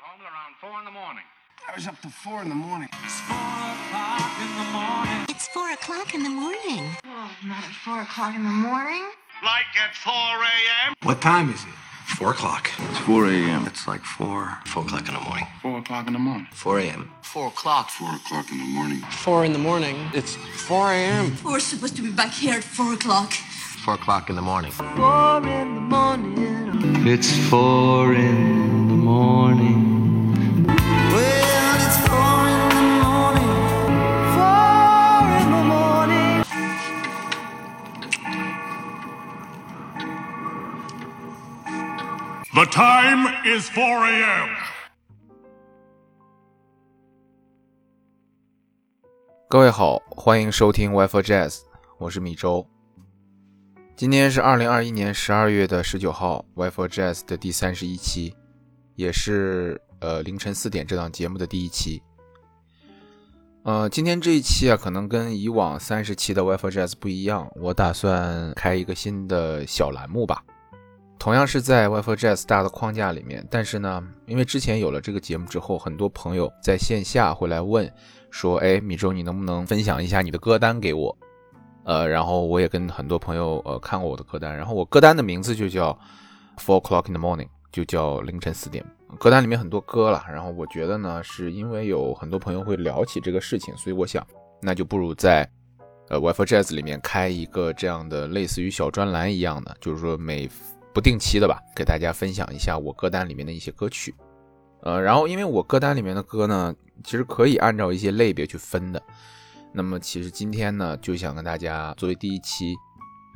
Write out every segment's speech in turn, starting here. home around four in the morning. I was up to four in the morning. It's four o'clock in the morning. Oh, not at four o'clock in the morning. Like at 4 a.m. What time is it? Four o'clock. It's 4 a.m. It's like four. Four o'clock in the morning. 4 o'clock in the morning. 4 a.m. 4 o'clock. 4 o'clock in the morning. Four in the morning. It's 4 a.m. We're supposed to be back here at four o'clock. Four o'clock in the morning. It's four in the morning. The time is 4 a.m. 各位好，欢迎收听 WiFi Jazz，我是米周。今天是二零二一年十二月的十九号，WiFi Jazz 的第三十一期，也是呃凌晨四点这档节目的第一期。呃，今天这一期啊，可能跟以往三十期的 WiFi Jazz 不一样，我打算开一个新的小栏目吧。同样是在 WiFi Jazz 大的框架里面，但是呢，因为之前有了这个节目之后，很多朋友在线下会来问说：“哎，米粥，你能不能分享一下你的歌单给我？”呃，然后我也跟很多朋友呃看过我的歌单，然后我歌单的名字就叫 Four O'clock in the Morning，就叫凌晨四点。歌单里面很多歌了，然后我觉得呢，是因为有很多朋友会聊起这个事情，所以我想，那就不如在呃 WiFi Jazz 里面开一个这样的类似于小专栏一样的，就是说每不定期的吧，给大家分享一下我歌单里面的一些歌曲。呃，然后因为我歌单里面的歌呢，其实可以按照一些类别去分的。那么其实今天呢，就想跟大家作为第一期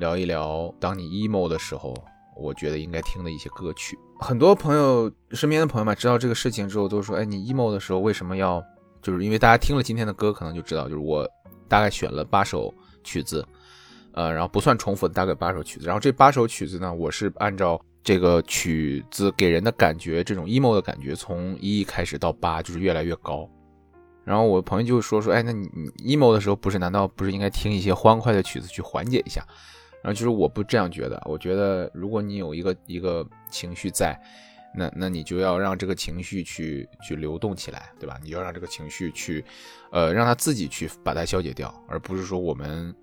聊一聊，当你 emo 的时候，我觉得应该听的一些歌曲。很多朋友身边的朋友们知道这个事情之后，都说：“哎，你 emo 的时候为什么要？”就是因为大家听了今天的歌，可能就知道，就是我大概选了八首曲子，呃，然后不算重复的大概八首曲子。然后这八首曲子呢，我是按照这个曲子给人的感觉，这种 emo 的感觉，从一开始到八，就是越来越高。然后我朋友就会说说，哎，那你你 emo 的时候不是？难道不是应该听一些欢快的曲子去缓解一下？然后其实我不这样觉得，我觉得如果你有一个一个情绪在，那那你就要让这个情绪去去流动起来，对吧？你要让这个情绪去，呃，让它自己去把它消解掉，而不是说我们，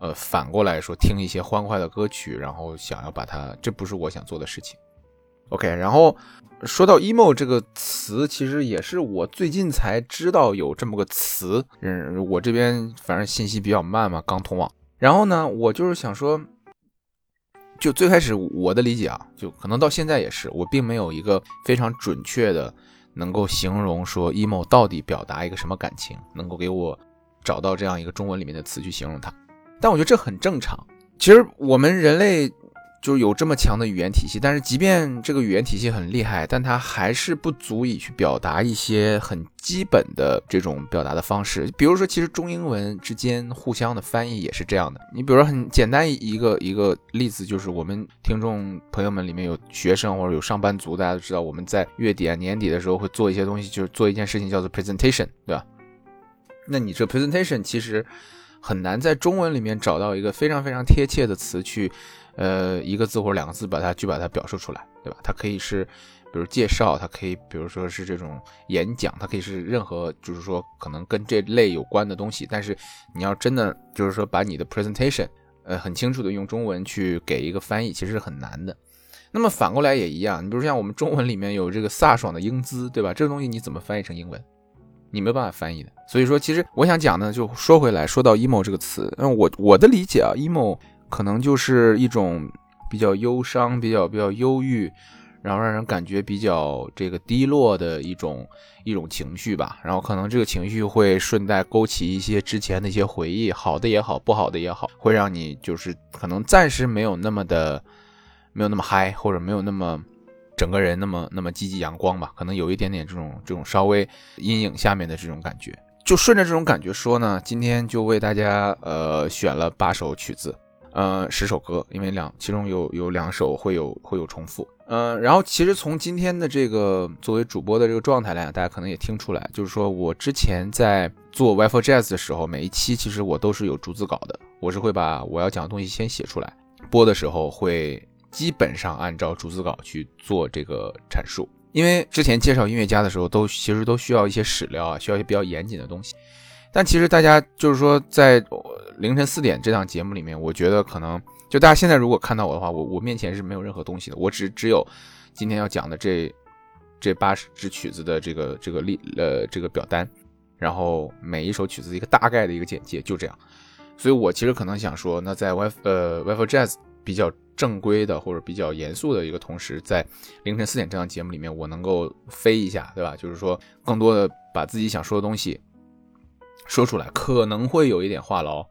呃，反过来说听一些欢快的歌曲，然后想要把它，这不是我想做的事情。OK，然后说到 emo 这个词，其实也是我最近才知道有这么个词。嗯，我这边反正信息比较慢嘛，刚通网。然后呢，我就是想说，就最开始我的理解啊，就可能到现在也是，我并没有一个非常准确的能够形容说 emo 到底表达一个什么感情，能够给我找到这样一个中文里面的词去形容它。但我觉得这很正常。其实我们人类就是有这么强的语言体系，但是即便这个语言体系很厉害，但它还是不足以去表达一些很基本的这种表达的方式。比如说，其实中英文之间互相的翻译也是这样的。你比如说，很简单一个一个例子，就是我们听众朋友们里面有学生或者有上班族，大家都知道我们在月底啊、年底的时候会做一些东西，就是做一件事情叫做 presentation，对吧？那你这 presentation 其实很难在中文里面找到一个非常非常贴切的词去，呃，一个字或者两个字把它去把它表述出来，对吧？它可以是，比如介绍，它可以，比如说是这种演讲，它可以是任何，就是说可能跟这类有关的东西。但是你要真的就是说把你的 presentation，呃，很清楚的用中文去给一个翻译，其实是很难的。那么反过来也一样，你比如像我们中文里面有这个飒爽的英姿，对吧？这个东西你怎么翻译成英文？你没有办法翻译的。所以说，其实我想讲呢，就说回来，说到 emo 这个词，那我我的理解啊，emo 可能就是一种比较忧伤、比较比较忧郁，然后让人感觉比较这个低落的一种一种情绪吧。然后可能这个情绪会顺带勾起一些之前的一些回忆，好的也好，不好的也好，会让你就是可能暂时没有那么的没有那么嗨，或者没有那么。整个人那么那么积极阳光吧，可能有一点点这种这种稍微阴影下面的这种感觉。就顺着这种感觉说呢，今天就为大家呃选了八首曲子，呃十首歌，因为两其中有有两首会有会有重复，呃，然后其实从今天的这个作为主播的这个状态来讲，大家可能也听出来，就是说我之前在做 WiFi Jazz 的时候，每一期其实我都是有逐字稿的，我是会把我要讲的东西先写出来，播的时候会。基本上按照逐字稿去做这个阐述，因为之前介绍音乐家的时候都其实都需要一些史料啊，需要一些比较严谨的东西。但其实大家就是说，在呃凌晨四点这档节目里面，我觉得可能就大家现在如果看到我的话，我我面前是没有任何东西的，我只只有今天要讲的这这八十支曲子的这个这个例呃这个表单，然后每一首曲子一个大概的一个简介，就这样。所以我其实可能想说，那在 Wi 呃 w i f Jazz 比较正规的或者比较严肃的一个同时，在凌晨四点这档节目里面，我能够飞一下，对吧？就是说，更多的把自己想说的东西说出来，可能会有一点话痨，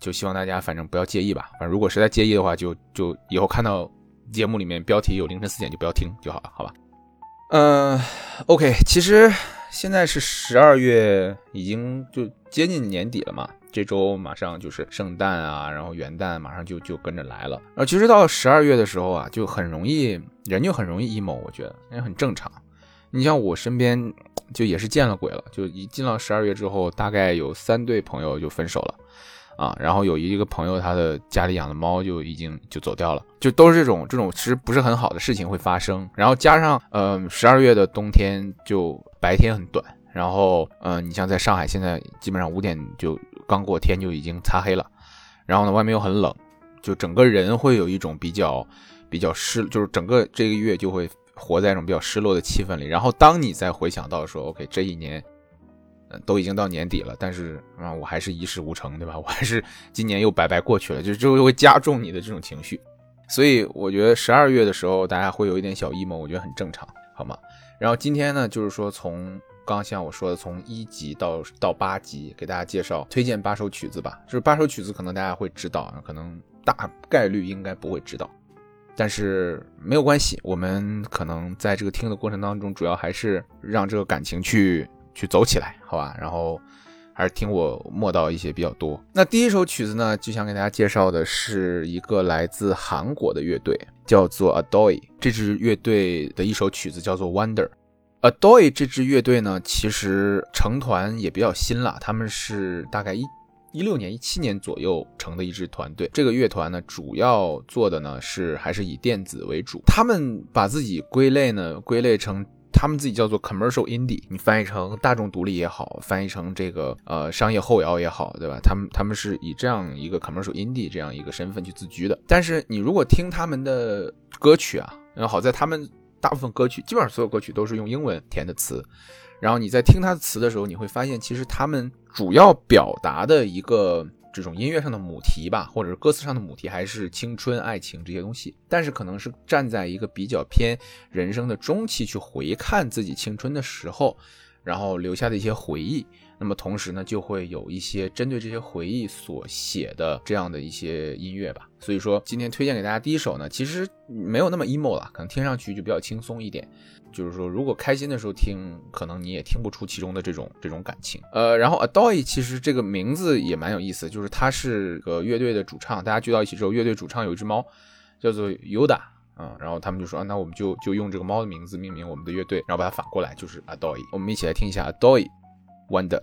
就希望大家反正不要介意吧。反正如果实在介意的话，就就以后看到节目里面标题有凌晨四点就不要听就好了，好吧？嗯、o k 其实现在是十二月，已经就接近年底了嘛。这周马上就是圣诞啊，然后元旦马上就就跟着来了。然后其实到十二月的时候啊，就很容易人就很容易 emo，我觉得也很正常。你像我身边就也是见了鬼了，就一进到十二月之后，大概有三对朋友就分手了。啊，然后有一个朋友，他的家里养的猫就已经就走掉了，就都是这种这种其实不是很好的事情会发生。然后加上，呃，十二月的冬天就白天很短，然后，呃，你像在上海现在基本上五点就刚过天就已经擦黑了，然后呢，外面又很冷，就整个人会有一种比较比较失，就是整个这个月就会活在一种比较失落的气氛里。然后当你再回想到说，OK，这一年嗯，都已经到年底了，但是啊、我还是一事无成，对吧？我 还是今年又白白过去了，就就会加重你的这种情绪。所以我觉得十二月的时候，大家会有一点小 emo，我觉得很正常，好吗？然后今天呢，就是说从刚刚像我说的，从一集到到八集，给大家介绍推荐八首曲子吧。就是八首曲子，可能大家会知道，啊可能大概率应该不会知道。但是没有关系，我们可能在这个听的过程当中，主要还是让这个感情去去走起来，好吧？然后还是听我默叨一些比较多。那第一首曲子呢，就想给大家介绍的是一个来自韩国的乐队，叫做 Adoy。这支乐队的一首曲子叫做 Wonder。Adoy 这支乐队呢，其实成团也比较新了，他们是大概一一六年、一七年左右成的一支团队。这个乐团呢，主要做的呢是还是以电子为主。他们把自己归类呢，归类成他们自己叫做 commercial indie，你翻译成大众独立也好，翻译成这个呃商业后摇也好，对吧？他们他们是以这样一个 commercial indie 这样一个身份去自居的。但是你如果听他们的歌曲啊，然后好在他们大部分歌曲，基本上所有歌曲都是用英文填的词，然后你在听他的词的时候，你会发现，其实他们主要表达的一个这种音乐上的母题吧，或者是歌词上的母题，还是青春、爱情这些东西。但是可能是站在一个比较偏人生的中期去回看自己青春的时候，然后留下的一些回忆。那么同时呢，就会有一些针对这些回忆所写的这样的一些音乐吧。所以说，今天推荐给大家第一首呢，其实没有那么 emo 了，可能听上去就比较轻松一点。就是说，如果开心的时候听，可能你也听不出其中的这种这种感情。呃，然后 Adoy 其实这个名字也蛮有意思，就是他是个乐队的主唱，大家聚到一起之后，乐队主唱有一只猫，叫做 Yoda 啊、然后他们就说、啊，那我们就就用这个猫的名字命名我们的乐队，然后把它反过来就是 Adoy。我们一起来听一下 Adoy Wonder。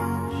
On the left lane, out in a rush.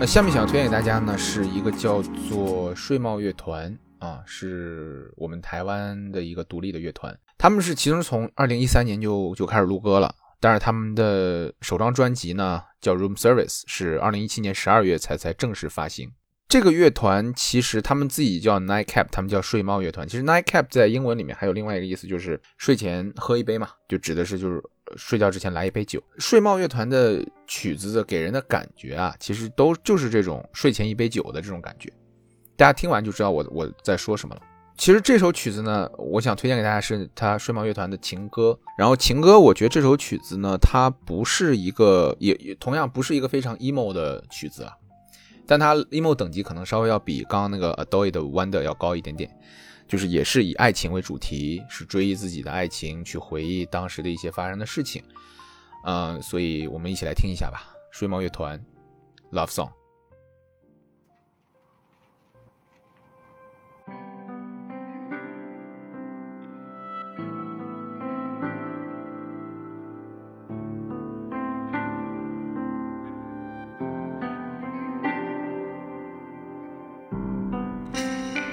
呃，下面想推荐给大家呢是一个叫做睡帽乐团啊，是我们台湾的一个独立的乐团。他们是其实从二零一三年就就开始录歌了，但是他们的首张专辑呢叫《Room Service》，是二零一七年十二月才才正式发行。这个乐团其实他们自己叫 nightcap，他们叫睡帽乐团。其实 nightcap 在英文里面还有另外一个意思，就是睡前喝一杯嘛，就指的是就是呃睡觉之前来一杯酒。睡帽乐团的曲子的给人的感觉啊，其实都就是这种睡前一杯酒的这种感觉。大家听完就知道我我在说什么了。其实这首曲子呢，我想推荐给大家是它睡帽乐团的《情歌》。然后《情歌》，我觉得这首曲子呢，它不是一个也也同样不是一个非常 emo 的曲子啊，但它 emo 等级可能稍微要比刚刚那个 Adoy 的 Wonder 要高一点点，就是也是以爱情为主题，是追忆自己的爱情，去回忆当时的一些发生的事情。嗯、所以我们一起来听一下吧，睡猫乐团《Love Song》。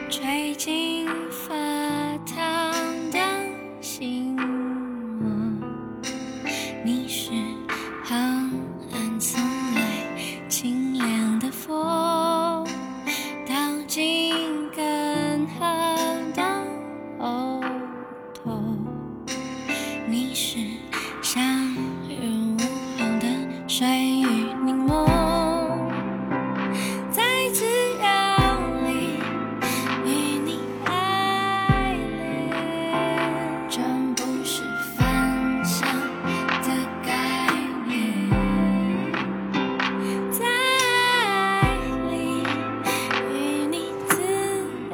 吹进发烫的心窝，你是浩瀚从来清凉的风，道尽干涸的喉头。你是相濡无痕的水与柠檬，在自然里与你爱恋，这不是分享的概念。在爱里与你自由。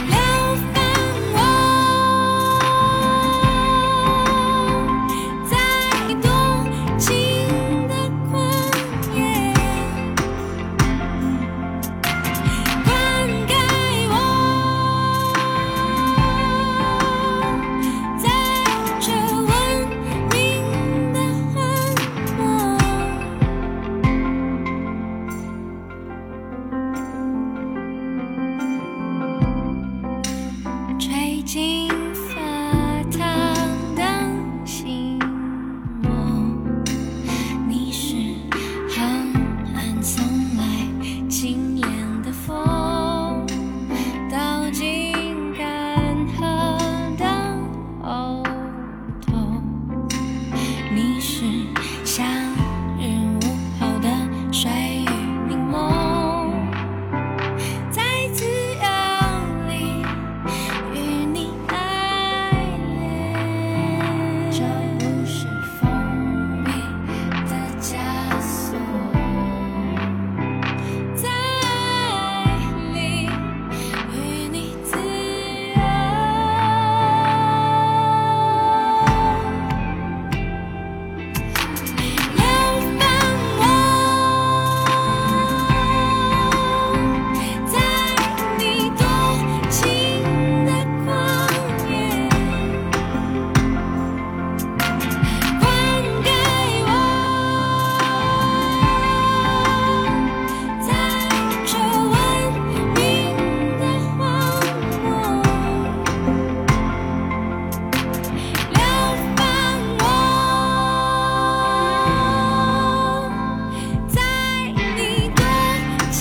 流放我，在多情的旷野，灌溉我，在这文明的荒漠。吹进发烫的心窝，你是浩瀚从来清凉的风，道尽干涸的喉头。你是相濡无后的水与柠檬，在自由里。与你爱恋，这不是封闭的枷锁，在爱里与你自由。流放我，在你多情的旷野，灌溉我，在这文明的荒漠。流放我，在你多情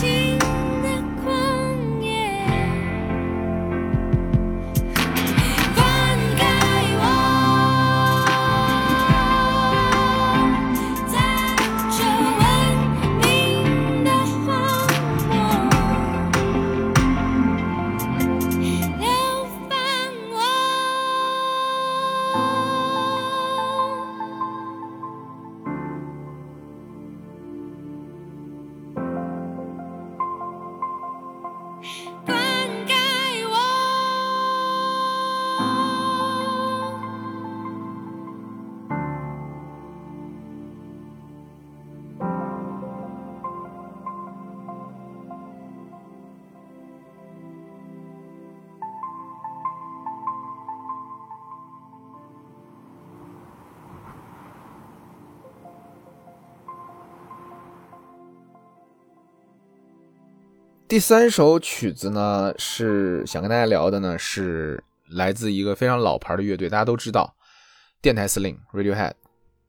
的旷野，灌溉我，在这文明的荒漠。流放我。灌溉我。第三首曲子呢，是想跟大家聊的呢，是来自一个非常老牌的乐队，大家都知道，电台司令 Radiohead，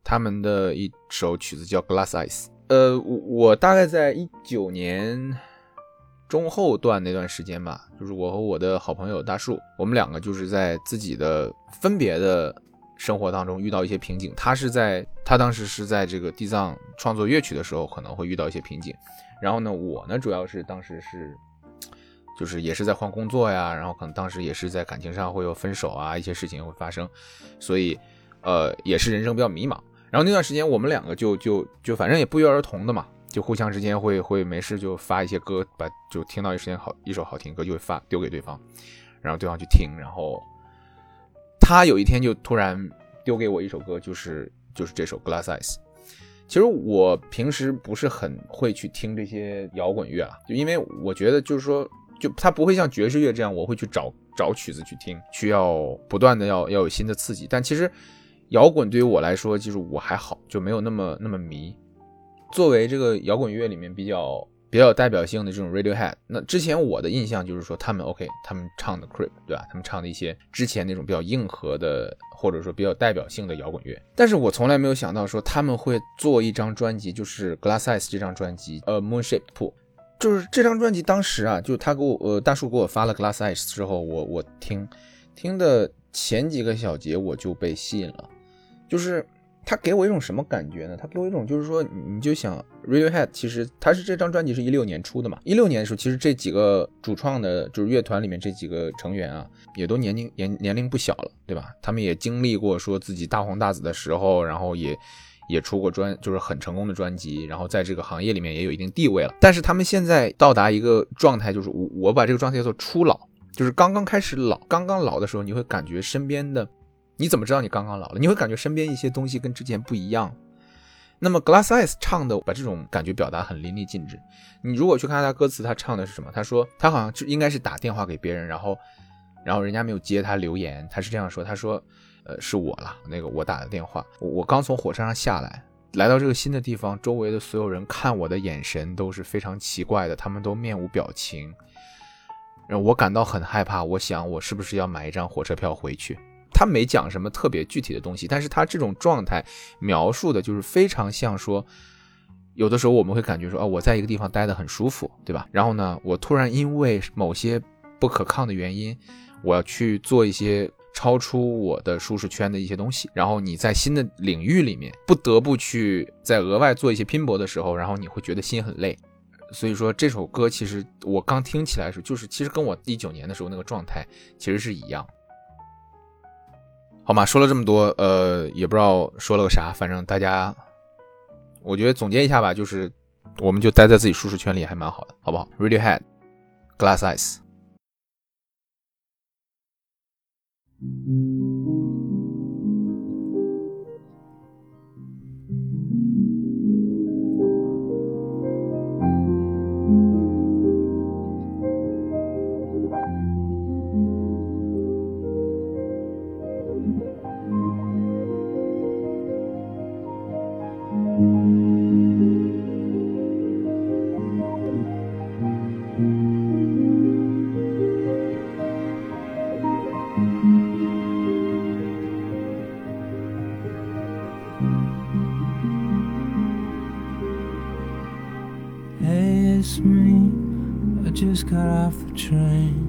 他们的一首曲子叫《Glass Eyes》。呃，我我大概在一九年中后段那段时间吧，就是我和我的好朋友大树，我们两个就是在自己的分别的生活当中遇到一些瓶颈。他是在他当时是在这个地藏创作乐曲的时候，可能会遇到一些瓶颈。然后呢，我呢主要是当时是，就是也是在换工作呀，然后可能当时也是在感情上会有分手啊，一些事情会发生，所以呃也是人生比较迷茫。然后那段时间我们两个就就就反正也不约而同的嘛，就互相之间会会没事就发一些歌，把就听到一时间好一首好听歌就会发丢给对方，然后对方去听，然后他有一天就突然丢给我一首歌，就是就是这首《Glass Eyes》。其实我平时不是很会去听这些摇滚乐啊，就因为我觉得就是说，就它不会像爵士乐这样，我会去找找曲子去听，需要不断的要要有新的刺激。但其实摇滚对于我来说，就是我还好，就没有那么那么迷。作为这个摇滚乐里面比较比较有代表性的这种 Radiohead，那之前我的印象就是说他们 OK，他们唱的 Creep，对吧？他们唱的一些之前那种比较硬核的，或者说比较有代表性的摇滚乐，但是我从来没有想到说他们会做一张专辑，就是 Glass Eyes 这张专辑，呃，Moon Shaped Pool。就是这张专辑当时啊，就是他给我呃大树给我发了 Glass Eyes 之后，我我听听的前几个小节我就被吸引了，就是他给我一种什么感觉呢？他给我一种就是说，你你就想 Radiohead，其实他是这张专辑是一六年出的嘛，一六年的时候，其实这几个主创的，就是乐团里面这几个成员啊，也都年龄年年龄不小了，对吧？他们也经历过说自己大红大紫的时候，然后也也出过专，就是很成功的专辑，然后在这个行业里面也有一定地位了。但是他们现在到达一个状态，就是我我把这个状态叫做初老，就是刚刚开始老，刚刚老的时候，你会感觉身边的你怎么知道你刚刚老了？你会感觉身边一些东西跟之前不一样。那么 Glass Eyes 唱的把这种感觉表达很淋漓尽致。你如果去看他歌词，他唱的是什么？他说他好像就应该是打电话给别人，然后然后人家没有接他留言，他是这样说：他说，呃，是我了，那个我打的电话，我我刚从火车上下来，来到这个新的地方，周围的所有人看我的眼神都是非常奇怪的，他们都面无表情，让我感到很害怕。我想我是不是要买一张火车票回去？他没讲什么特别具体的东西，但是他这种状态描述的就是非常像说，有的时候我们会感觉说，啊，我在一个地方待得很舒服，对吧？然后呢，我突然因为某些不可抗的原因，我要去做一些呃超出我的舒适圈的一些东西，然后你在新的领域里面不得不去再额外做一些拼搏的时候，然后你会觉得心很累。所以说这首歌其实我刚听起来的时候，就是其实跟我一九年的时候那个状态其实是一样。好嘛，说了这么多，呃，也不知道说了个啥，反正大家，我觉得总结一下吧，就是我们就待在自己舒适圈里还蛮好的，好不好？Radiohead, Glass Eyes。 Hey, it's me. I just got off the train.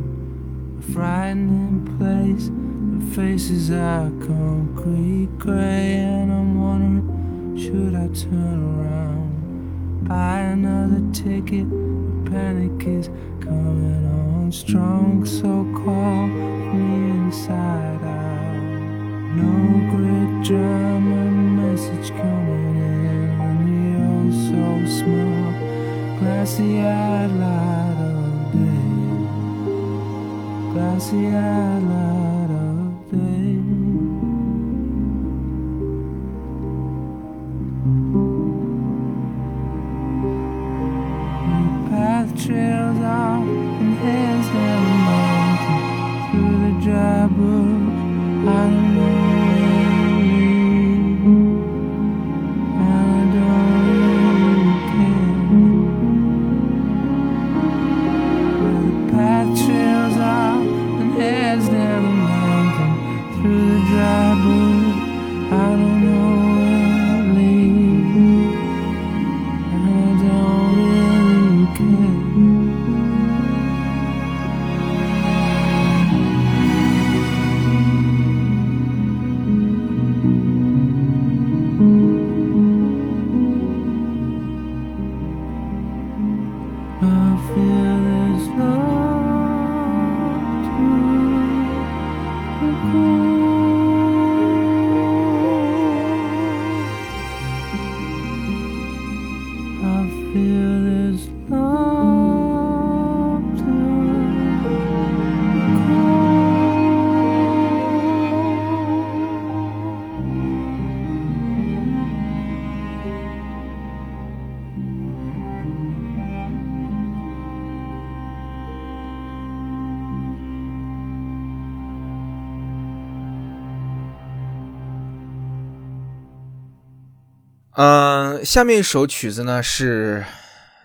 A frightening place. The faces are concrete gray, and I'm wondering should I turn around, buy another ticket? The panic is coming on strong, so call me inside out. No great drama message coming in on the oh so small glassy eyed light of day, glassy eyed light of day. path trails off and heads down the mountain through the dry bush. I don't know where we- I don't really care. feel there's no to I feel there's love 嗯，下面一首曲子呢是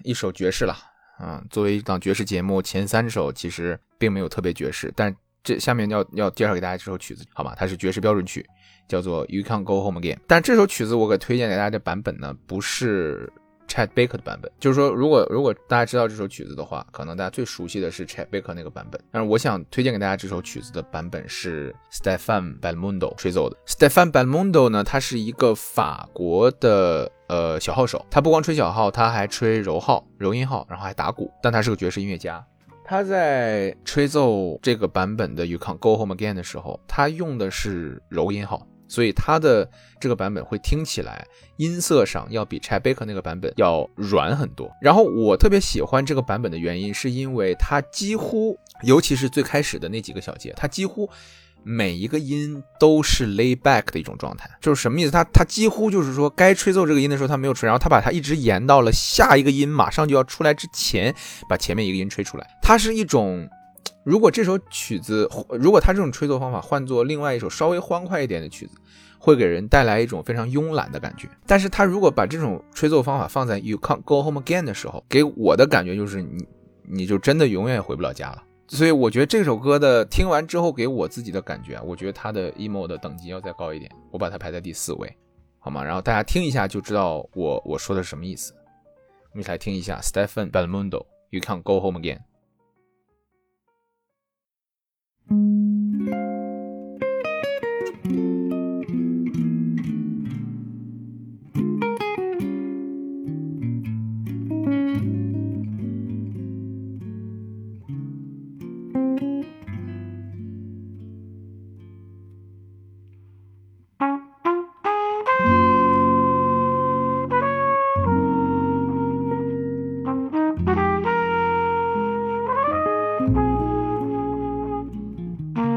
一首爵士了。嗯，作为一档爵士节目，前三首其实并没有特别爵士，但这下面要要介绍给大家这首曲子，好吗？它是爵士标准曲，叫做《You Can Go Home Again》。但这首曲子我给推荐给大家的版本呢，不是 Chad Baker 的版本，就是说，如果如果大家知道这首曲子的话，可能大家最熟悉的是 Chad Baker 那个版本。但是我想推荐给大家这首曲子的版本是 Stefan Belmondo 吹奏的。Stefan Belmondo 呢，他是一个法国的呃小号手，他不光吹小号，他还吹柔号、柔音号，然后还打鼓，但他是个爵士音乐家。他在吹奏这个版本的《You Can Go Home Again》的时候，他用的是柔音号，所以他的这个版本会听起来音色上要比 Chad Baker 那个版本要软很多。然后我特别喜欢这个版本的原因，是因为它几乎，尤其是最开始的那几个小节，它几乎。每一个音都是 lay back 的一种状态，就是什么意思？它它几乎就是说，该吹奏这个音的时候，它没有吹，然后它把它一直延到了下一个音马上就要出来之前，把前面一个音吹出来。它是一种，如果这首曲子，如果它这种吹奏方法换做另外一首稍微欢快一点的曲子，会给人带来一种非常慵懒的感觉。但是它如果把这种吹奏方法放在《You Can't Go Home Again》的时候，给我的感觉就是你你就真的永远也回不了家了。所以我觉得这首歌的听完之后给我自己的感觉啊，我觉得它的 emo 的等级要再高一点，我把它排在第四位，好吗？然后大家听一下就知道我我说的是什么意思。我们一起来听一下 Stefan Belmondo，You Can Go Home Again。 「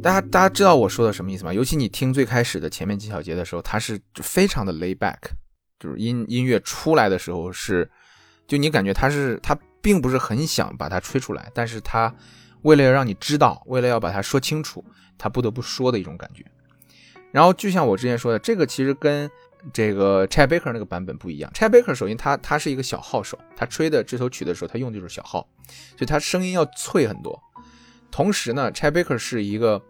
大家大家知道我说的什么意思吗？尤其你听最开始的前面几小节的时候，它是非常的 lay back，就是音音乐出来的时候是，就你感觉它是它并不是很想把它吹出来，但是它为了要让你知道，为了要把它说清楚，它不得不说的一种感觉。然后就像我之前说的，这个其实跟这个 Chad Baker 那个版本不一样。Chad Baker 首先他他是一个小号手，他吹的这首曲的时候，他用的就是小号，所以他声音要脆很多。同时呢，Chad Baker 是一个，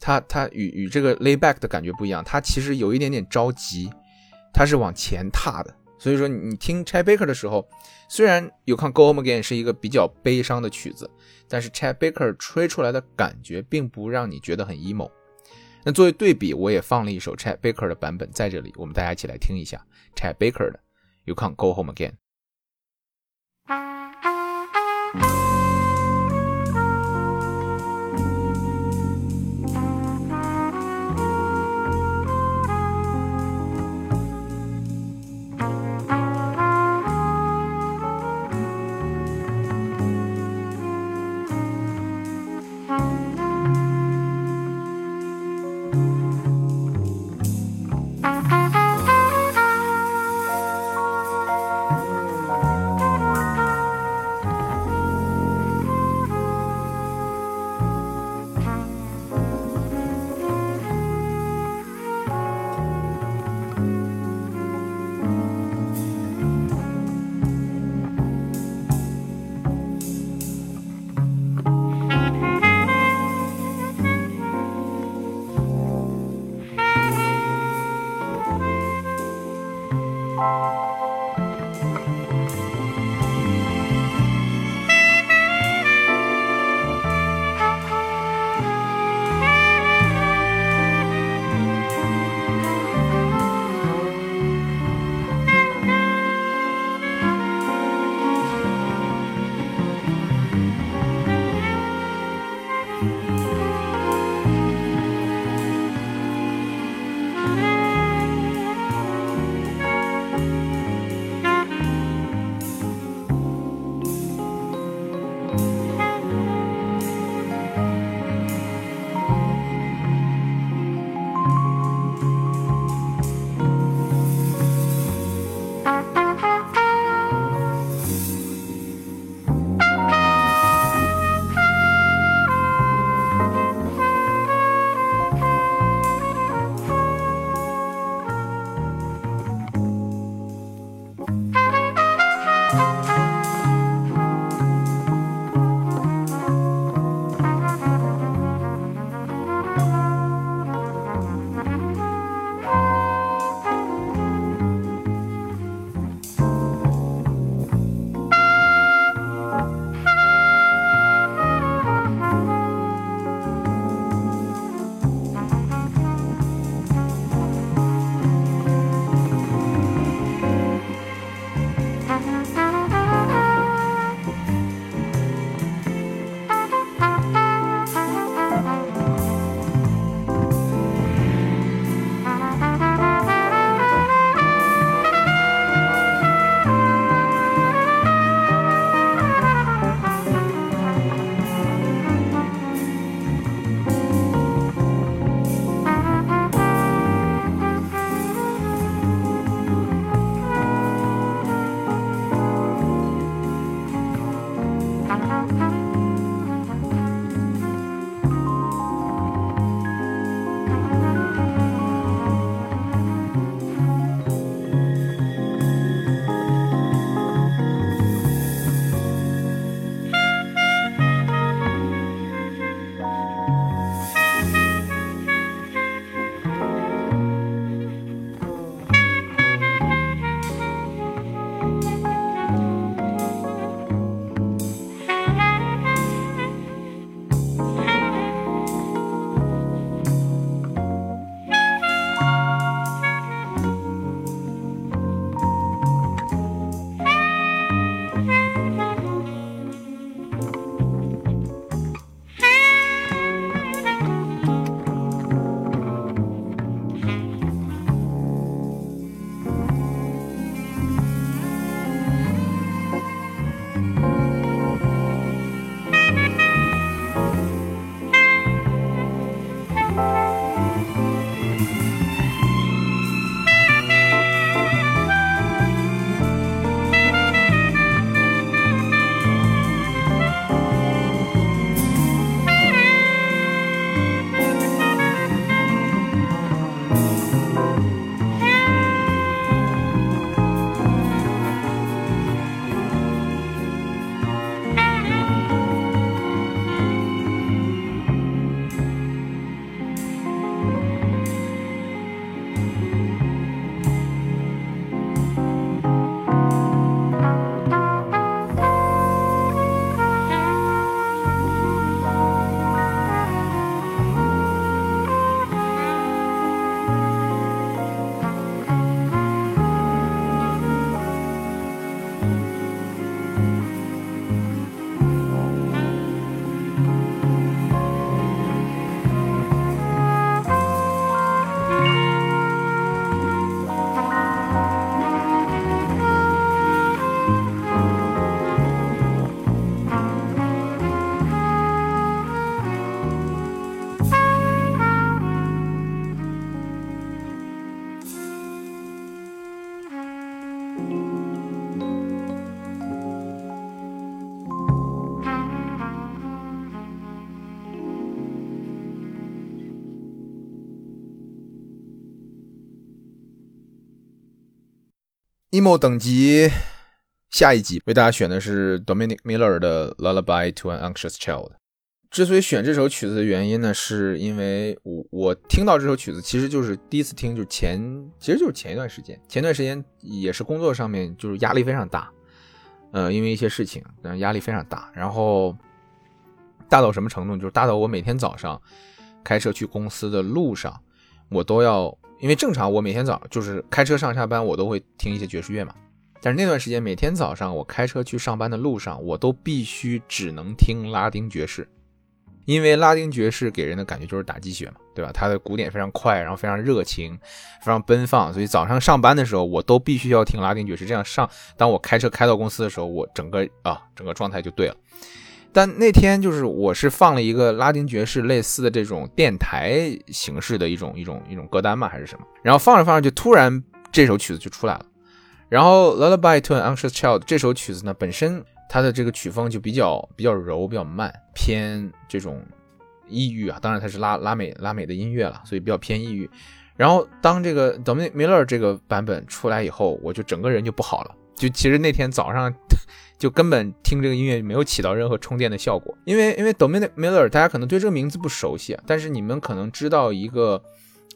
他他与与这个 layback 的感觉不一样，他其实有一点点着急，他是往前踏的。所以说你听 Chad Baker 的时候，虽然有看《Go Home Again》是一个比较悲伤的曲子，但是 Chad Baker 吹出来的感觉并不让你觉得很 emo。那作为对比，我也放了一首 Chad Baker 的版本在这里，我们大家一起来听一下 Chad Baker 的《You Can't Go Home Again》。 「 emo ，E 等级下一集为大家选的是 Dominic Miller 的《Lullaby to an Anxious Child》。之所以选这首曲子的原因呢，是因为我我听到这首曲子，其实就是第一次听，就是前其实就是前一段时间，前段时间也是工作上面就是压力非常大，呃，因为一些事情，但是压力非常大，然后大到什么程度？就是大到我每天早上开车去公司的路上，我都要，因为正常我每天早就是开车上下班，我都会听一些爵士乐嘛。但是那段时间，每天早上我开车去上班的路上，我都必须只能听拉丁爵士，因为拉丁爵士给人的感觉就是打鸡血嘛，对吧？它的鼓点非常快，然后非常热情，非常奔放，所以早上上班的时候，我都必须要听拉丁爵士。这样上，当我开车开到公司的时候，我整个啊整个状态就对了。但那天就是我是放了一个拉丁爵士类似的这种电台形式的一种一种一种歌单嘛，还是什么？然后放着放着就突然这首曲子就出来了。然后《Lullaby to an Anxious Child》这首曲子呢，本身它的这个曲风就比较比较柔，比较慢，偏这种抑郁啊。当然它是拉拉美拉美的音乐了，所以比较偏抑郁。然后当这个 Dominic Miller 这个版本出来以后，我就整个人就不好了。就其实那天早上 就根本听这个音乐没有起到任何充电的效果，因为因为 Dominic Miller 大家可能对这个名字不熟悉啊，但是你们可能知道一个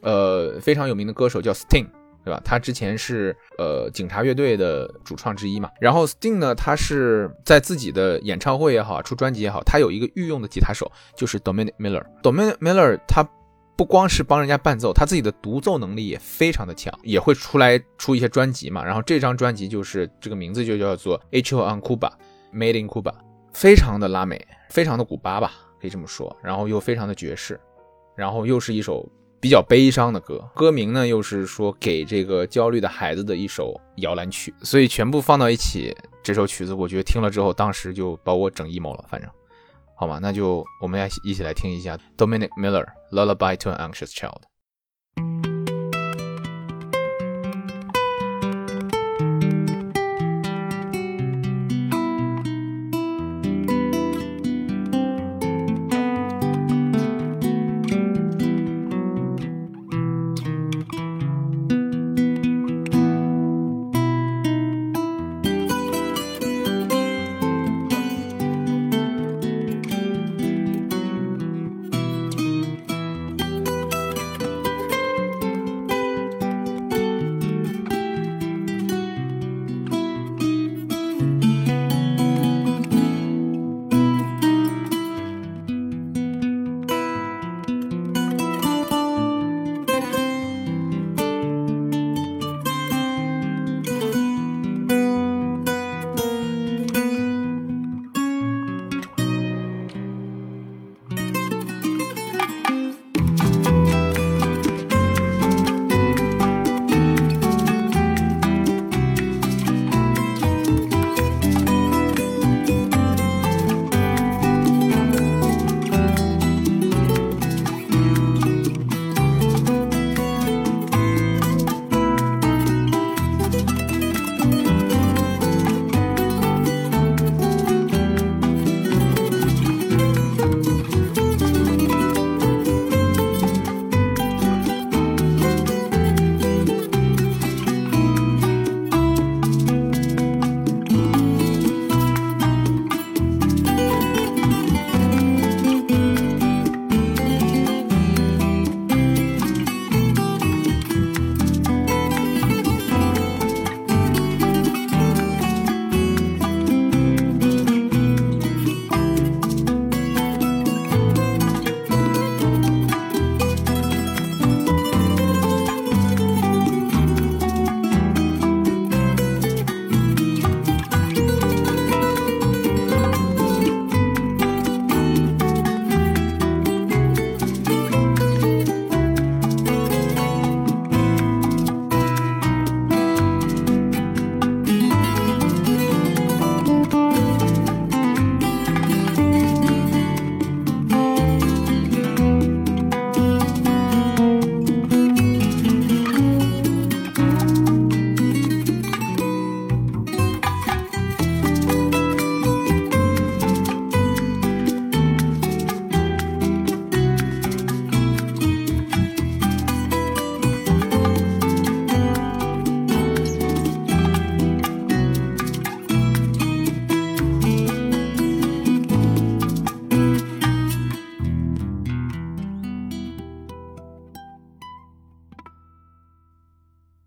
呃非常有名的歌手叫 Sting。对吧？他之前是呃警察乐队的主创之一嘛。然后 Sting 呢，他是在自己的演唱会也好，出专辑也好，他有一个御用的吉他手，就是 Dominic Miller。Dominic Miller 他不光是帮人家伴奏，他自己的独奏能力也非常的强，也会出来出一些专辑嘛。然后这张专辑就是这个名字就叫做《H O on Cuba》，Made in Cuba，非常的拉美，非常的古巴吧，可以这么说。然后又非常的爵士，然后又是一首比较悲伤的歌，歌名呢又是说给这个焦虑的孩子的一首摇篮曲，所以全部放到一起，这首曲子我觉得听了之后，当时就把我整 emo 了，反正，好吗？那就我们来一起来听一下 Dominic Miller Lullaby to an Anxious Child。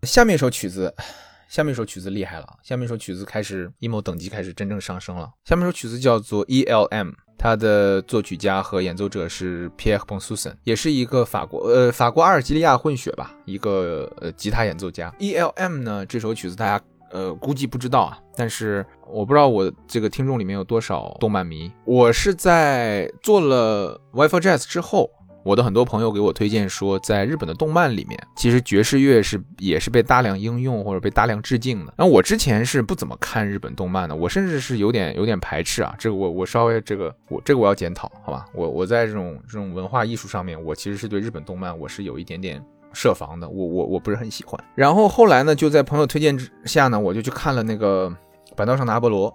下面一首曲子，下面一首曲子厉害了，下面一首曲子开始 emo 等级开始真正上升了。下面一首曲子叫做 E.L.M，它的作曲家和演奏者是 Pierre p o n s u s o n 也是一个法国呃法国阿尔及利亚混血吧，一个呃吉他演奏家。E.L.M 呢这首曲子大家。呃，估计不知道啊，但是我不知道我这个听众里面有多少动漫迷。我是在做了 Wi-Fi Jazz 之后，我的很多朋友给我推荐说，在日本的动漫里面，其实爵士乐是也是被大量应用或者被大量致敬的。那我之前是不怎么看日本动漫的，我甚至是有点有点排斥啊。这个我我稍微这个我这个我要检讨，好吧？我我在这种这种文化艺术上面，我其实是对日本动漫我是有一点点设防的，我我我不是很喜欢。然后后来呢，就在朋友推荐之下呢，我就去看了那个《板道上的阿波罗》，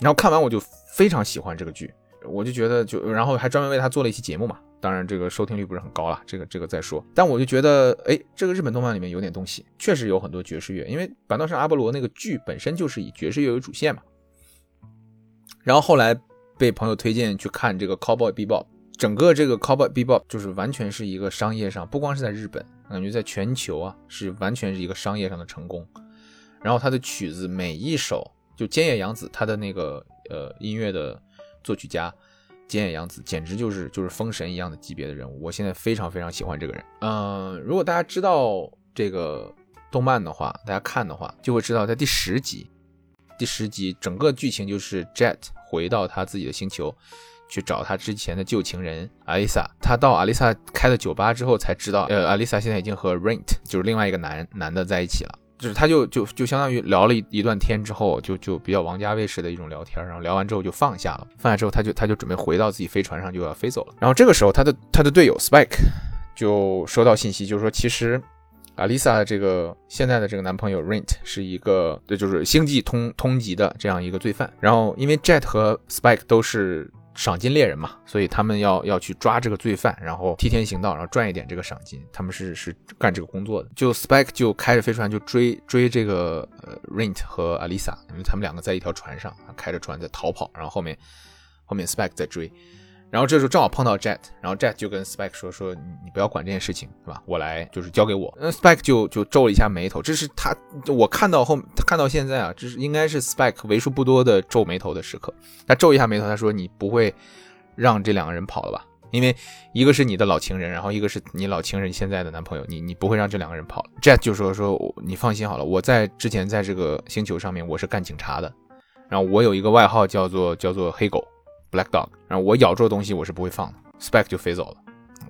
然后看完我就非常喜欢这个剧，我就觉得就，然后还专门为他做了一期节目嘛。当然，这个收听率不是很高啦，这个这个再说。但我就觉得，哎，这个日本动漫里面有点东西，确实有很多爵士乐，因为《板道上的阿波罗》那个剧本身就是以爵士乐为主线嘛。然后后来被朋友推荐去看这个 Cowboy Bebop，整个这个 Cowboy Bebop 就是完全是一个商业上，不光是在日本，感觉在全球啊是完全是一个商业上的成功。然后他的曲子每一首，就菅野洋子他的那个呃音乐的作曲家菅野洋子，简直就是就是封神一样的级别的人物。我现在非常非常喜欢这个人。嗯、如果大家知道这个动漫的话，大家看的话就会知道，在第十集第十集，整个剧情就是 Jet 回到他自己的星球，去找他之前的旧情人阿丽萨。他到阿丽萨开的酒吧之后，才知道，呃，阿丽萨现在已经和 Rent 就是另外一个男男的在一起了。就是他就就就相当于聊了一一段天之后，就就比较王家卫式的一种聊天，然后聊完之后就放下了，放下之后他就他就准备回到自己飞船上就要飞走了。然后这个时候他的他的队友 Spike 就收到信息，就是说其实阿丽萨的这个现在的这个男朋友 Rent 是一个，这就是星际通通缉的这样一个罪犯。然后因为 Jet 和 Spike 都是赏金猎人嘛，所以他们要要去抓这个罪犯，然后替天行道，然后赚一点这个赏金。他们是是干这个工作的。就 Spike 就开着飞船就追追这个呃 Rent 和阿丽萨，因为他们两个在一条船上开着船在逃跑，然后后面后面 Spike 在追。然后这时候正好碰到 Jet，然后 Jet 就跟 Spike 说说你你不要管这件事情，对吧？我来就是交给我。那 Spike 就就皱了一下眉头，这是他我看到后看到现在啊，这是应该是 Spike 为数不多的皱眉头的时刻。他皱一下眉头，他说你不会让这两个人跑了吧？因为一个是你的老情人，然后一个是你老情人现在的男朋友，你你不会让这两个人跑了。Jet 就说说你放心好了，我在之前在这个星球上面我是干警察的，然后我有一个外号叫做叫做黑狗。Black Dog，然后我咬住的东西我是不会放的，Spec 就飞走了。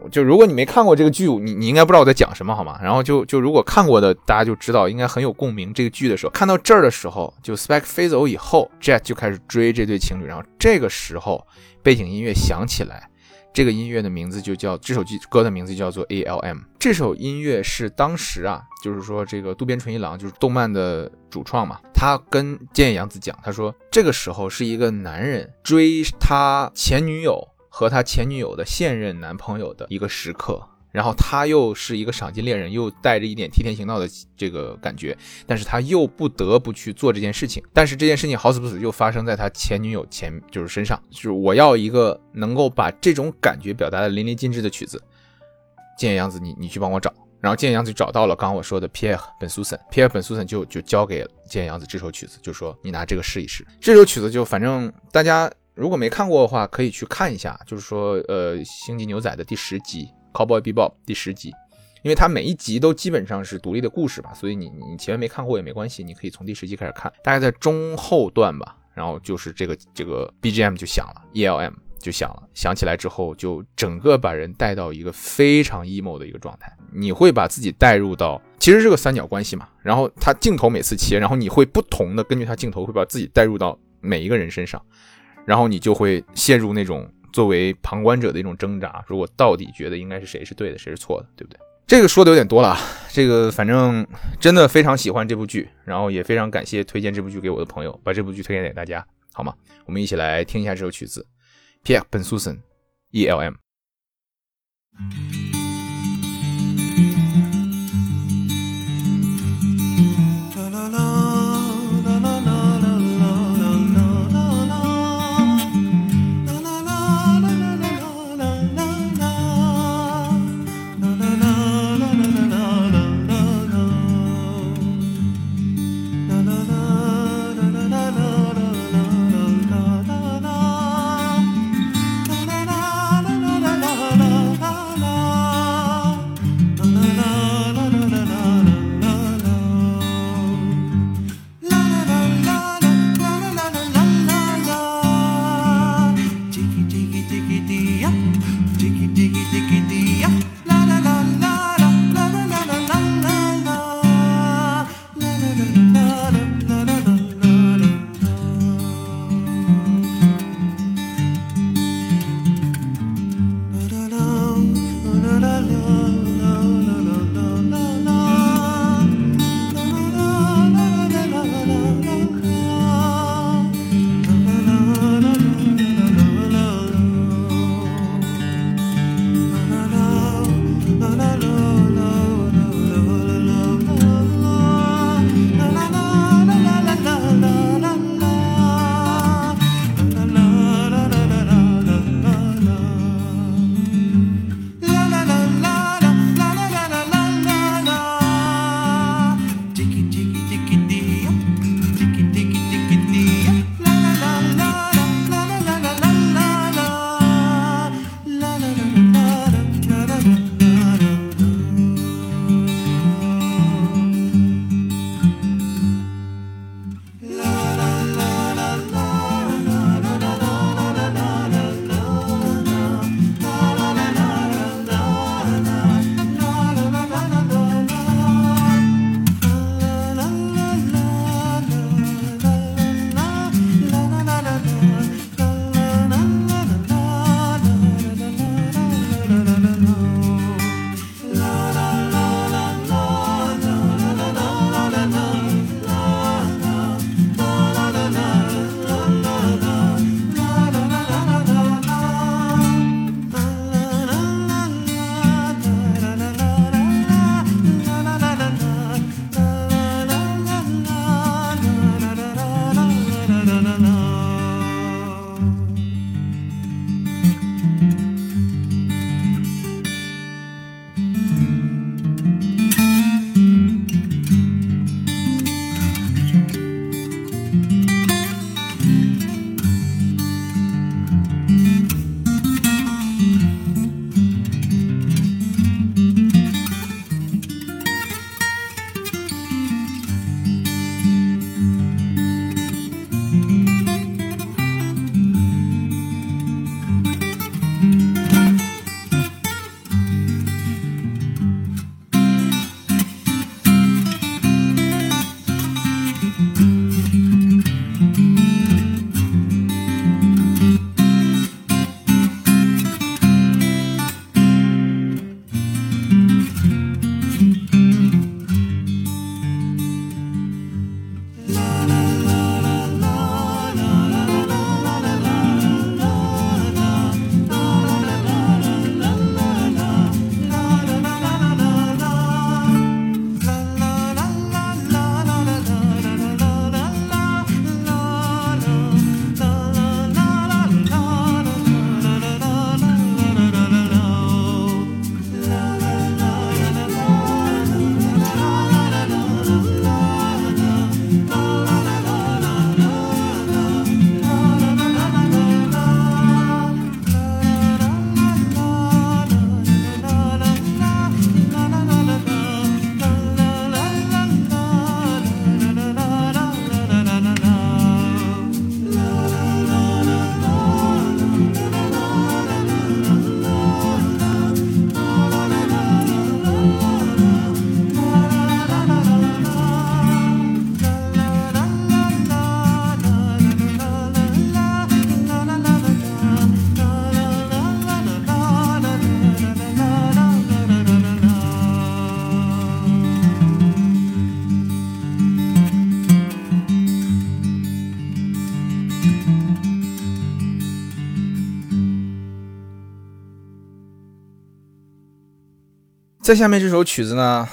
我就如果你没看过这个剧，你你应该不知道我在讲什么，好吗？然后就就如果看过的，大家就知道应该很有共鸣。这个剧的时候，看到这儿的时候，就 Spec 飞走以后，Jet 就开始追这对情侣，然后这个时候背景音乐响起来，这个音乐的名字就叫这首歌的名字叫做 A L M。这首音乐是当时啊，就是说这个渡边淳一郎就是动漫的主创嘛，他跟菅野洋子讲，他说这个时候是一个男人追他前女友和他前女友的现任男朋友的一个时刻。然后他又是一个赏金猎人，又带着一点替天行道的这个感觉，但是他又不得不去做这件事情。但是这件事情好死不死又发生在他前女友前就是身上，就是我要一个能够把这种感觉表达的淋漓尽致的曲子。建野洋子，你你去帮我找。然后建野洋子找到了刚刚我说的 Pierre 本苏森，Pierre 本苏森就就交给建野洋子这首曲子，就说你拿这个试一试。这首曲子就反正大家如果没看过的话，可以去看一下，就是说呃《星际牛仔》的第十集《Cowboy Bebop》第十集，因为它每一集都基本上是独立的故事吧，所以你你你前面没看过也没关系，你可以从第十集开始看，大概在中后段吧。然后就是这个这个 BGM 就响了，ELM 就响了，响起来之后就整个把人带到一个非常 emo 的一个状态，你会把自己带入到其实是个三角关系嘛，然后它镜头每次切，然后你会不同的根据它镜头会把自己带入到每一个人身上，然后你就会陷入那种作为旁观者的一种挣扎，说我到底觉得应该是谁是对的，谁是错的，对不对？这个说的有点多了，啊，这个反正真的非常喜欢这部剧，然后也非常感谢推荐这部剧给我的朋友，把这部剧推荐给大家，好吗？我们一起来听一下这首曲子，Pierre Ben Susan E L M。 La la la la la la la la. 再下面这首曲子呢，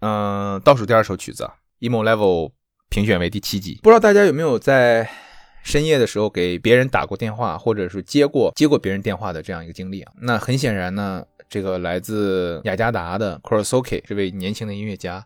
嗯、倒数第二首曲子啊，emo 啊 level 评选为第七级。不知道大家有没有在深夜的时候给别人打过电话，或者是接过接过别人电话的这样一个经历啊？那很显然呢，这个来自雅加达的 k o r o s o k e 这位年轻的音乐家，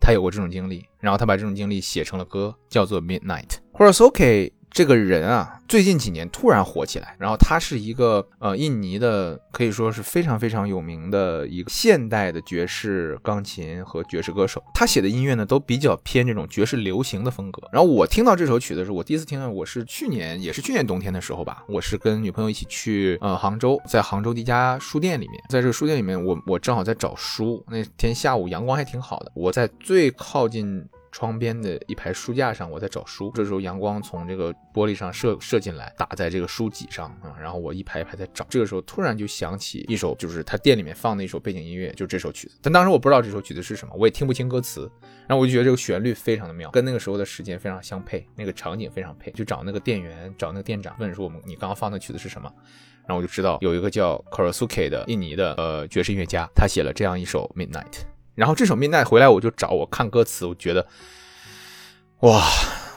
他有过这种经历，然后他把这种经历写成了歌，叫做《Midnight》。k o r o s o k e 这个人啊，最近几年突然火起来，然后他是一个呃印尼的，可以说是非常非常有名的一个现代的爵士钢琴和爵士歌手。他写的音乐呢，都比较偏这种爵士流行的风格。然后我听到这首曲子的时候，我第一次听到，我是去年也是去年冬天的时候吧，我是跟女朋友一起去呃杭州，在杭州的一家书店里面，在这个书店里面，我我正好在找书，那天下午阳光还挺好的，我在最靠近窗边的一排书架上，我在找书。这时候阳光从这个玻璃上射射进来，打在这个书脊上啊、然后我一排一排在找。这个时候突然就想起一首，就是他店里面放的一首背景音乐，就是这首曲子。但当时我不知道这首曲子是什么，我也听不清歌词，然后我就觉得这个旋律非常的妙，跟那个时候的时间非常相配，那个场景非常配。就找那个店员，找那个店长，问说我们你刚刚放的曲子是什么？然后我就知道有一个叫 Korosuke 的印尼的呃爵士音乐家，他写了这样一首 Midnight。然后这首 Midnight 回来我就找我看歌词，我觉得，哇，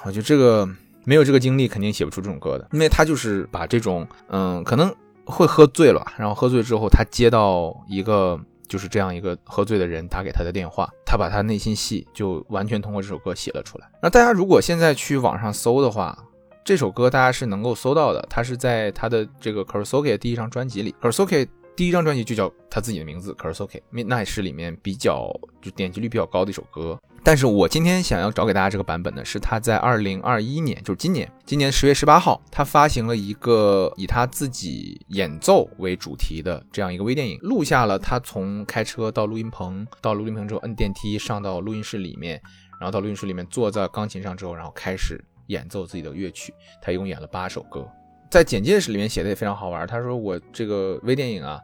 我觉得这个没有这个经历肯定写不出这种歌的，因为他就是把这种嗯可能会喝醉了吧，然后喝醉之后他接到一个。就是这样一个喝醉的人打给他的电话，他把他内心戏就完全通过这首歌写了出来。那大家如果现在去网上搜的话，这首歌大家是能够搜到的，它是在他的这个 k u r s o k e 第一张专辑里 k u r s o k e 第一张专辑就叫他自己的名字 k u r s o k e Midnight 是里面比较就点击率比较高的一首歌。但是我今天想要找给大家这个版本呢，是他在二零二一年，就是今年，今年十月十八号，他发行了一个以他自己演奏为主题的这样一个微电影，录下了他从开车到录音棚，到录音棚之后摁电梯上到录音室里面，然后到录音室里面坐在钢琴上之后，然后开始演奏自己的乐曲。他一共演了八首歌，在简介里面写的也非常好玩。他说我这个微电影啊，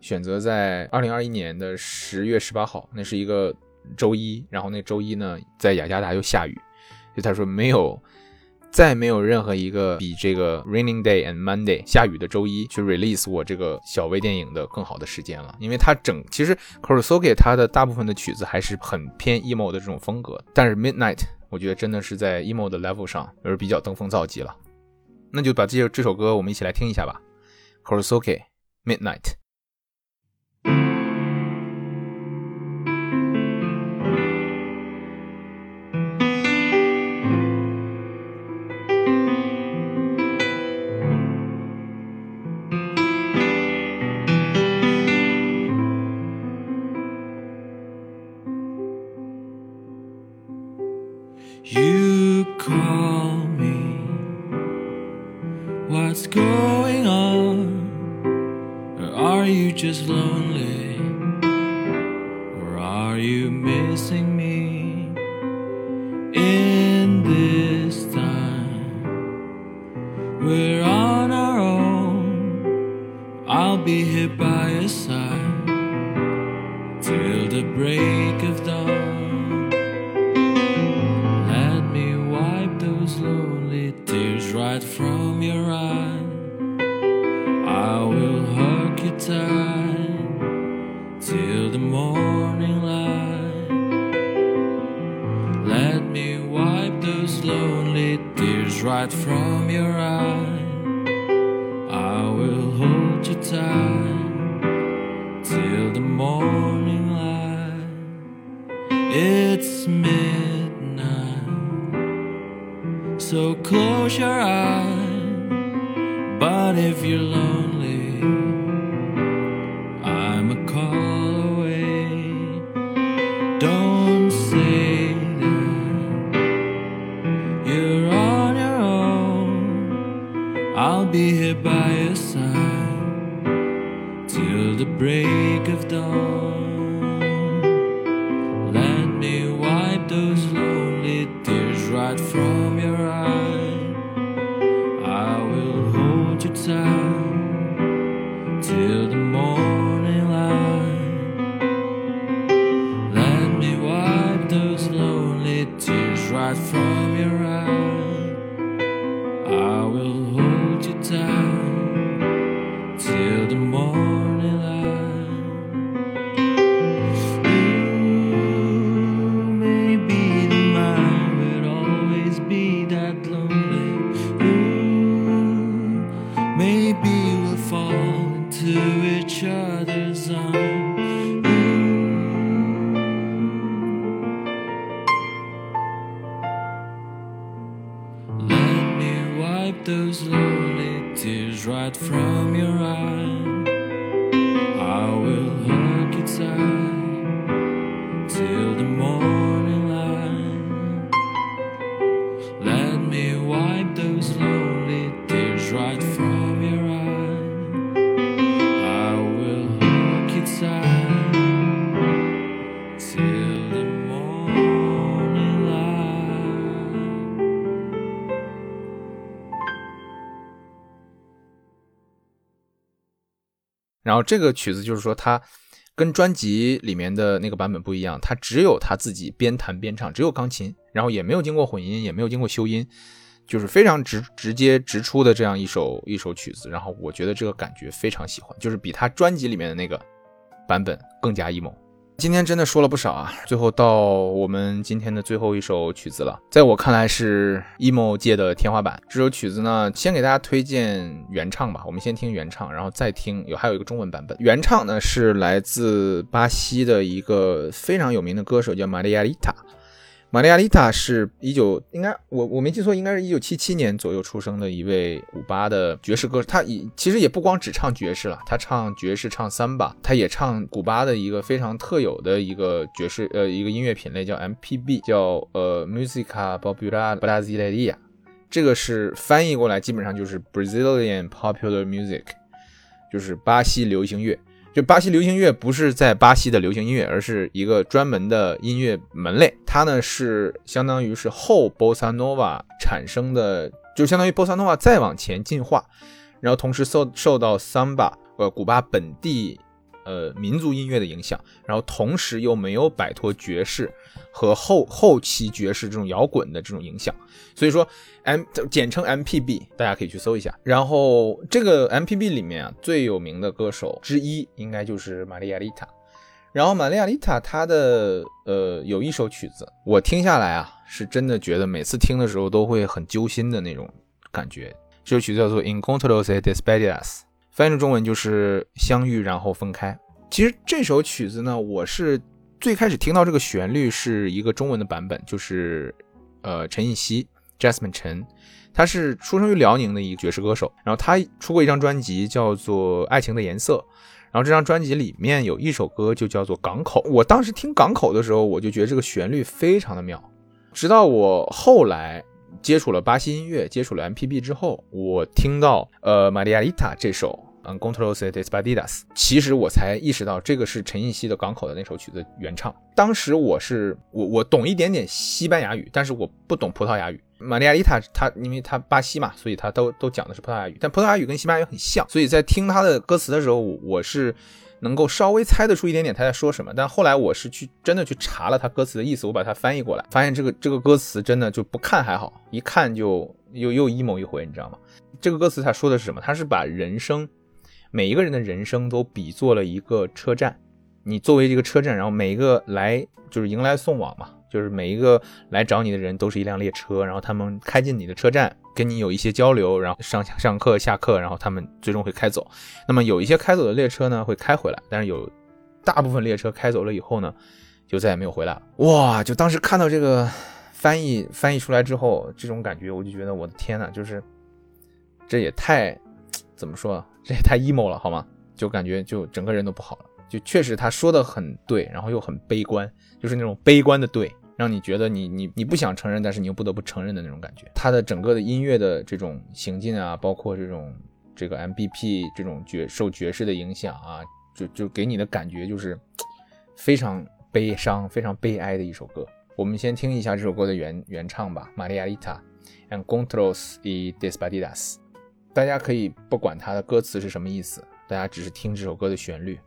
选择在二零二一年的十月十八号，那是一个周一，然后那周一呢，在雅加达又下雨，所以他说没有。再没有任何一个比这个 Raining Day and Monday 下雨的周一去 release 我这个小微电影的更好的时间了，因为它整其实 k o r o s o k e 它的大部分的曲子还是很偏 emo 的这种风格，但是 Midnight 我觉得真的是在 emo 的 level 上而比较登峰造极了。那就把这这首歌我们一起来听一下吧 k o r o s o k e Midnight。 You call me. What's going on? Or are you just lonely? Or are you missing me? In this time, we're on our own. I'll be here by your side till the break of dawn. Let me wipe those lonely tears right from your eye. I will hug you tight till the morning light. Let me wipe those lonely tears right from your eye. I will hold you tight till the morning light. It's midnight, so close your eyes. But if you're lonely, I'm a call away. Don't say that you're on your own. I'll be here by your side till the break of dawn. Let me wipe those lonely tears right from your eyes. I will hold you tight till the morning light. Let me wipe those lonely tears right from your eyes. I will hold you tight till the morning light. slowly, tears right from your eye. I will hug you tight till the morning light. Let me wipe those lonely tears right from your eye. I will hug you tight till the morning light. 然后这个曲子就是说，它跟专辑里面的那个版本不一样，它只有他自己边弹边唱，只有钢琴，然后也没有经过混音，也没有经过修音，就是非常直直接直出的这样一首一首曲子。然后我觉得这个感觉非常喜欢，就是比他专辑里面的那个版本更加 emo。今天真的说了不少啊，最后到我们今天的最后一首曲子了，在我看来是 emo 界的天花板。这首曲子呢，先给大家推荐原唱吧，我们先听原唱，然后再听有还有一个中文版本。原唱呢是来自巴西的一个非常有名的歌手，叫玛丽亚丽塔。玛丽亚丽塔是一九，应该我我没记错，应该是一九七七年左右出生的一位古巴的爵士歌手。他以其实也不光只唱爵士了，他唱爵士、唱三吧，他也唱古巴的一个非常特有的一个爵士呃一个音乐品类叫 MPB，叫呃 Musica Popular Brasileira，这个是翻译过来基本上就是 Brazilian Popular Music，就是巴西流行乐。就巴西流行乐不是在巴西的流行音乐，而是一个专门的音乐门类。它呢是相当于是后 bossa nova 产生的，就相当于 bossa nova 再往前进化，然后同时受受到 samba 呃古巴本地呃民族音乐的影响，然后同时又没有摆脱爵士和后后期爵士这种摇滚的这种影响。所以说 M 简称 MPB，大家可以去搜一下。然后这个 MPB 里面啊，最有名的歌手之一应该就是玛丽亚丽塔。然后玛丽亚丽塔她的呃有一首曲子，我听下来啊，是真的觉得每次听的时候都会很揪心的那种感觉。这首曲子叫做《Encontros e Despedidas》，翻译成中文就是“相遇然后分开”。其实这首曲子呢，我是最开始听到这个旋律是一个中文的版本，就是呃陈奕希 Jasmine 陈，她是出生于辽宁的一个爵士歌手，然后她出过一张专辑叫做《爱情的颜色》。然后这张专辑里面有一首歌就叫做《港口》，我当时听《港口》的时候，我就觉得这个旋律非常的妙。直到我后来接触了巴西音乐，接触了 MPB 之后，我听到呃玛丽亚丽塔这首《嗯 Control s e Despedidas》，其实我才意识到这个是陈奕希的《港口》的那首曲子原唱。当时我是我我懂一点点西班牙语，但是我不懂葡萄牙语。玛丽亚丽塔她因为她巴西嘛，所以她都都讲的是葡萄牙语，但葡萄牙语跟西班牙语很像，所以在听她的歌词的时候，我我是能够稍微猜得出一点点他在说哎什么，但后来我是去真的去查了他歌词的意思，我把它翻译过来，发现这个这个歌词真的就不看还好，一看就又又 emo 一回，你知道吗？这个歌词他说的是什么？他是把人生每一个人的人生都比作了一个车站，你作为这个车站，然后每一个来就是迎来送往嘛，就是每一个来找你的人都是一辆列车，然后他们开进你的车站，跟你有一些交流，然后上下上课下课，然后他们最终会开走。那么有一些开走的列车呢会开回来，但是有大部分列车开走了以后呢，就再也没有回来了。哇！就当时看到这个翻译翻译出来之后，这种感觉我就觉得我的天呐，就是这也太怎么说啊， 这也太 emo 了好吗？就感觉就整个人都不好了。就确实他说的很对，然后又很悲观，就是那种悲观的对，让你觉得你你你不想承认，但是你又不得不承认的那种感觉。他的整个的音乐的这种行进啊，包括这种这个 MBP 这种爵受爵士的影响啊，就就给你的感觉就是非常悲伤、非常悲哀的一首歌。我们先听一下这首歌的原原唱吧，《玛丽亚丽塔》and Contros y Despedidas。大家可以不管它的歌词是什么意思，大家只是听这首歌的旋律，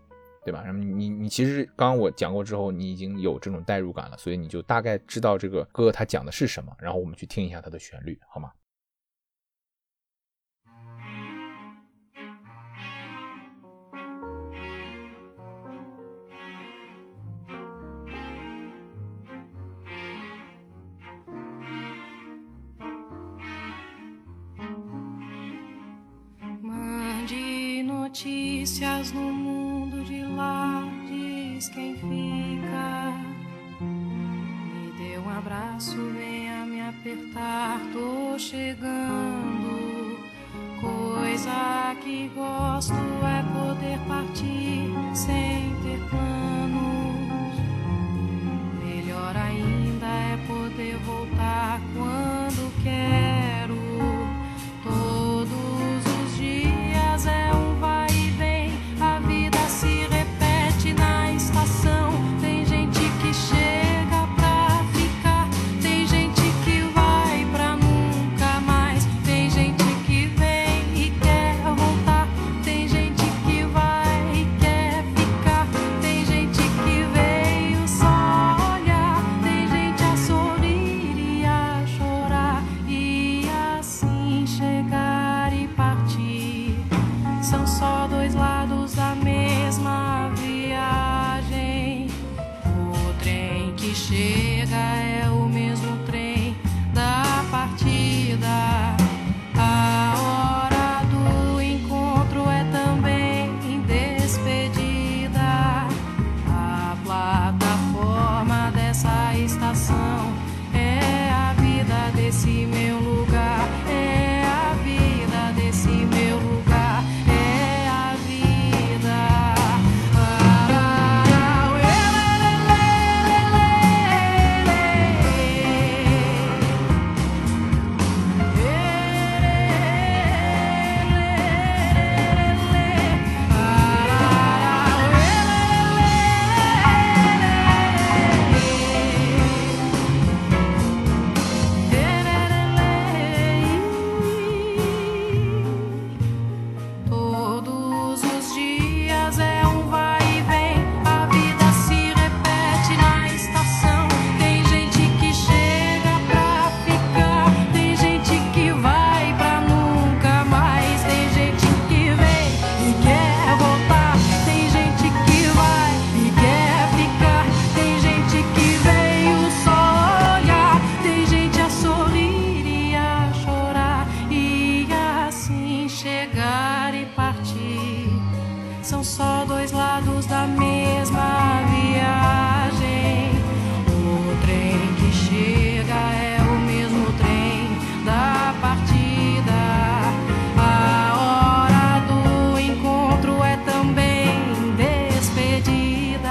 对吧？然后你你其实刚刚我讲过之后，你已经有这种代入感了，所以你就大概知道这个歌它讲的是什么。然后我们去听一下它的旋律，好吗？ Mande notícias no mundo de lá, diz quem fica. Me dê um abraço, venha me apertar, tô chegando. coisa que gosto é poder partir sem ter planos. Melhor ainda é poder voltar quando quero. Todos os dias é um vai e vem, a vida se repete na estação. Tem gente que chega pra ficar, tem gente que vai pra nunca mais. Tem gente que vem e quer voltar, tem gente que vai e quer ficar, tem gente que veio só olhar, tem gente a sorrir e a chorar e assim chegar e partir. São só dois lados da mesma viagem. O trem que chega é o mesmo trem da partida. A hora do encontro é também em despedida. A plataforma dessa estação é a vida desse meu lugar. É a vida desse meu lugar. É a vida. Ararau, Todos os dias é um vai e vem, a vida se repete na estação. Tem gente que chega pra ficar, tem gente que vai pra nunca mais, tem gente que vem e quer voltar, tem gente que vai e quer ficar, tem gente que veio só olhar, tem gente a sorrir e a chorar e assim chegar e partir. São só dois lados da mesma viagem. O trem que chega é o mesmo trem da partida. A hora do encontro é também despedida.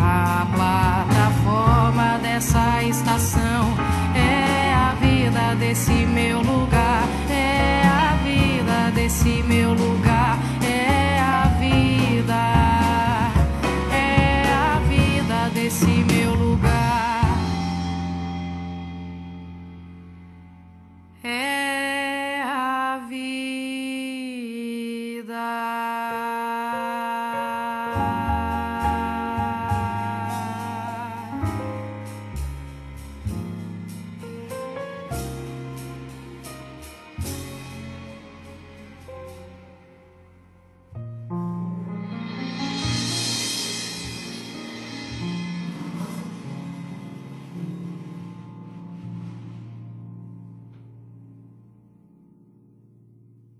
A plataforma dessa estação é a vida desse meu lugar, é a vida desse meu lugar, é a vida, é a vida desse meu lugar. É a vida.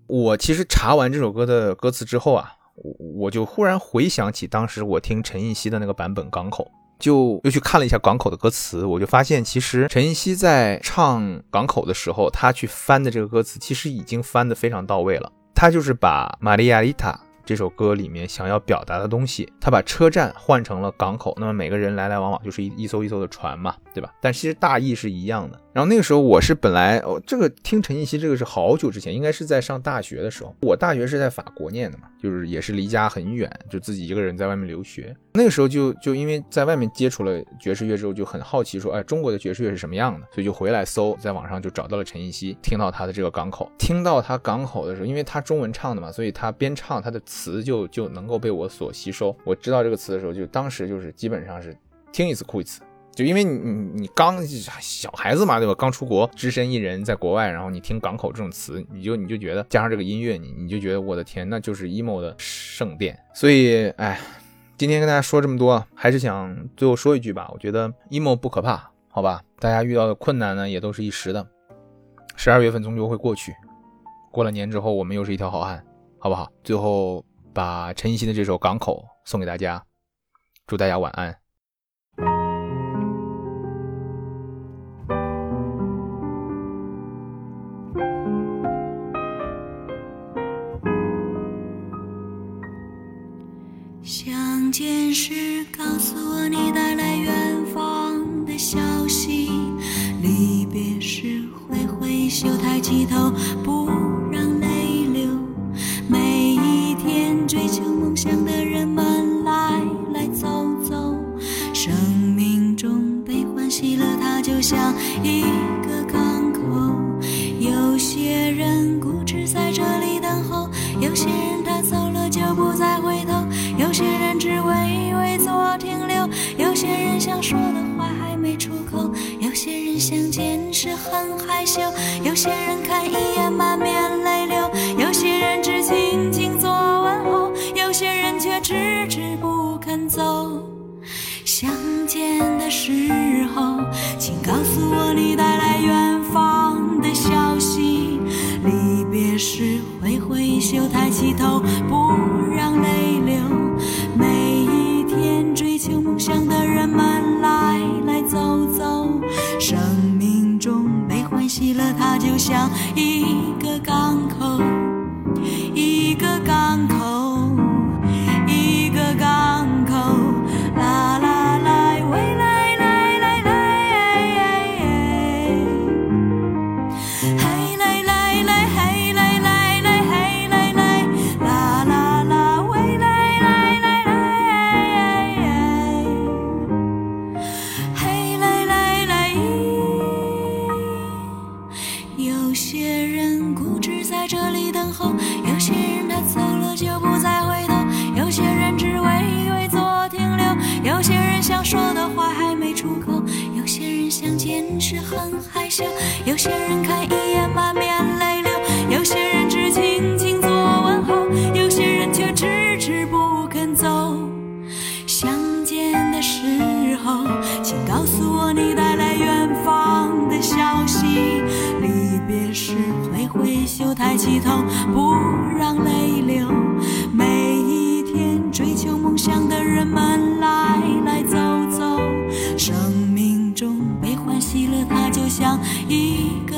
我其实查完这首歌的歌词之后啊，我我就忽然回想起当时我听陈奕希的那个版本港口，就又去看了一下港口的歌词，我就发现其实陈奕希在唱港口的时候，她去翻的这个歌词其实已经翻得非常到位了。她就是把《玛利亚丽塔》这首歌里面想要表达的东西，她把车站换成了港口，那么每个人来来往往就是一一艘一艘的船嘛，对吧？但其实大意是一样的。然后那个时候我是本来哦，这个听陈奕希这个是好久之前，应该是在上大学的时候。我大学是在法国念的嘛，就是也是离家很远，就自己一个人在外面留学。那个时候就就因为在外面接触了爵士乐之后，就很好奇说，哎，中国的爵士乐是什么样的？所以就回来搜，在网上就找到了陈奕希，听到他的这个港口，听到他港口的时候，因为他中文唱的嘛，所以他边唱他的词就就能够被我所吸收。我知道这个词的时候，就当时就是基本上是听一次哭一次。就因为你你你刚小孩子嘛，对吧？刚出国，只身一人在国外，然后你听港口这种词，你就你就觉得加上这个音乐，你你就觉得我的天，那就是 emo 的圣殿。所以，哎，今天跟大家说这么多，还是想最后说一句吧，我觉得 emo 不可怕，好吧？大家遇到的困难呢，也都是一时的。十二月份终究会过去，过了年之后，我们又是一条好汉，好不好？最后把陈奕迅的这首《港口》送给大家，祝大家晚安。 「是告诉我你带来远方的消息。离别时挥挥袖，抬起头，不让泪流。每一天追求梦想的人们来来走走，生命中悲欢喜乐，它就像一个港口。有些人固执在这里等候，有些人他走了就不再回头，有些人只为为昨停留，有些人想说的话还没出口，有些人相见时很害羞，有些人看一眼满面泪流，有些人只静静做问候，有些人却迟迟不肯走。相见的时候，请告诉我你带来远方的消息。离别时挥挥袖，抬起头，不让泪流。每一天追求梦想的人们来来走走，生命中悲欢喜乐，它就像一个港口，一个港口。一个港口，啦啦啦，未来来来来，嘿来来来，嘿来来来，嘿来来，啦啦啦，未来来来来，嘿来来来。有些人固执在这里等候，有些人他走了就不再回头，有些人只为为昨停留，有些人想说的话还没出口，有些人想见时很害羞，有些人看一眼满面泪流，有些人只轻轻做问候，有些人却迟迟不肯走。相见的时候，请告诉我你带来远方的消息。离别时挥挥袖，抬起头，不让泪流。每一天追求梦想的人们来来走走，生命中悲欢喜乐，它就像一个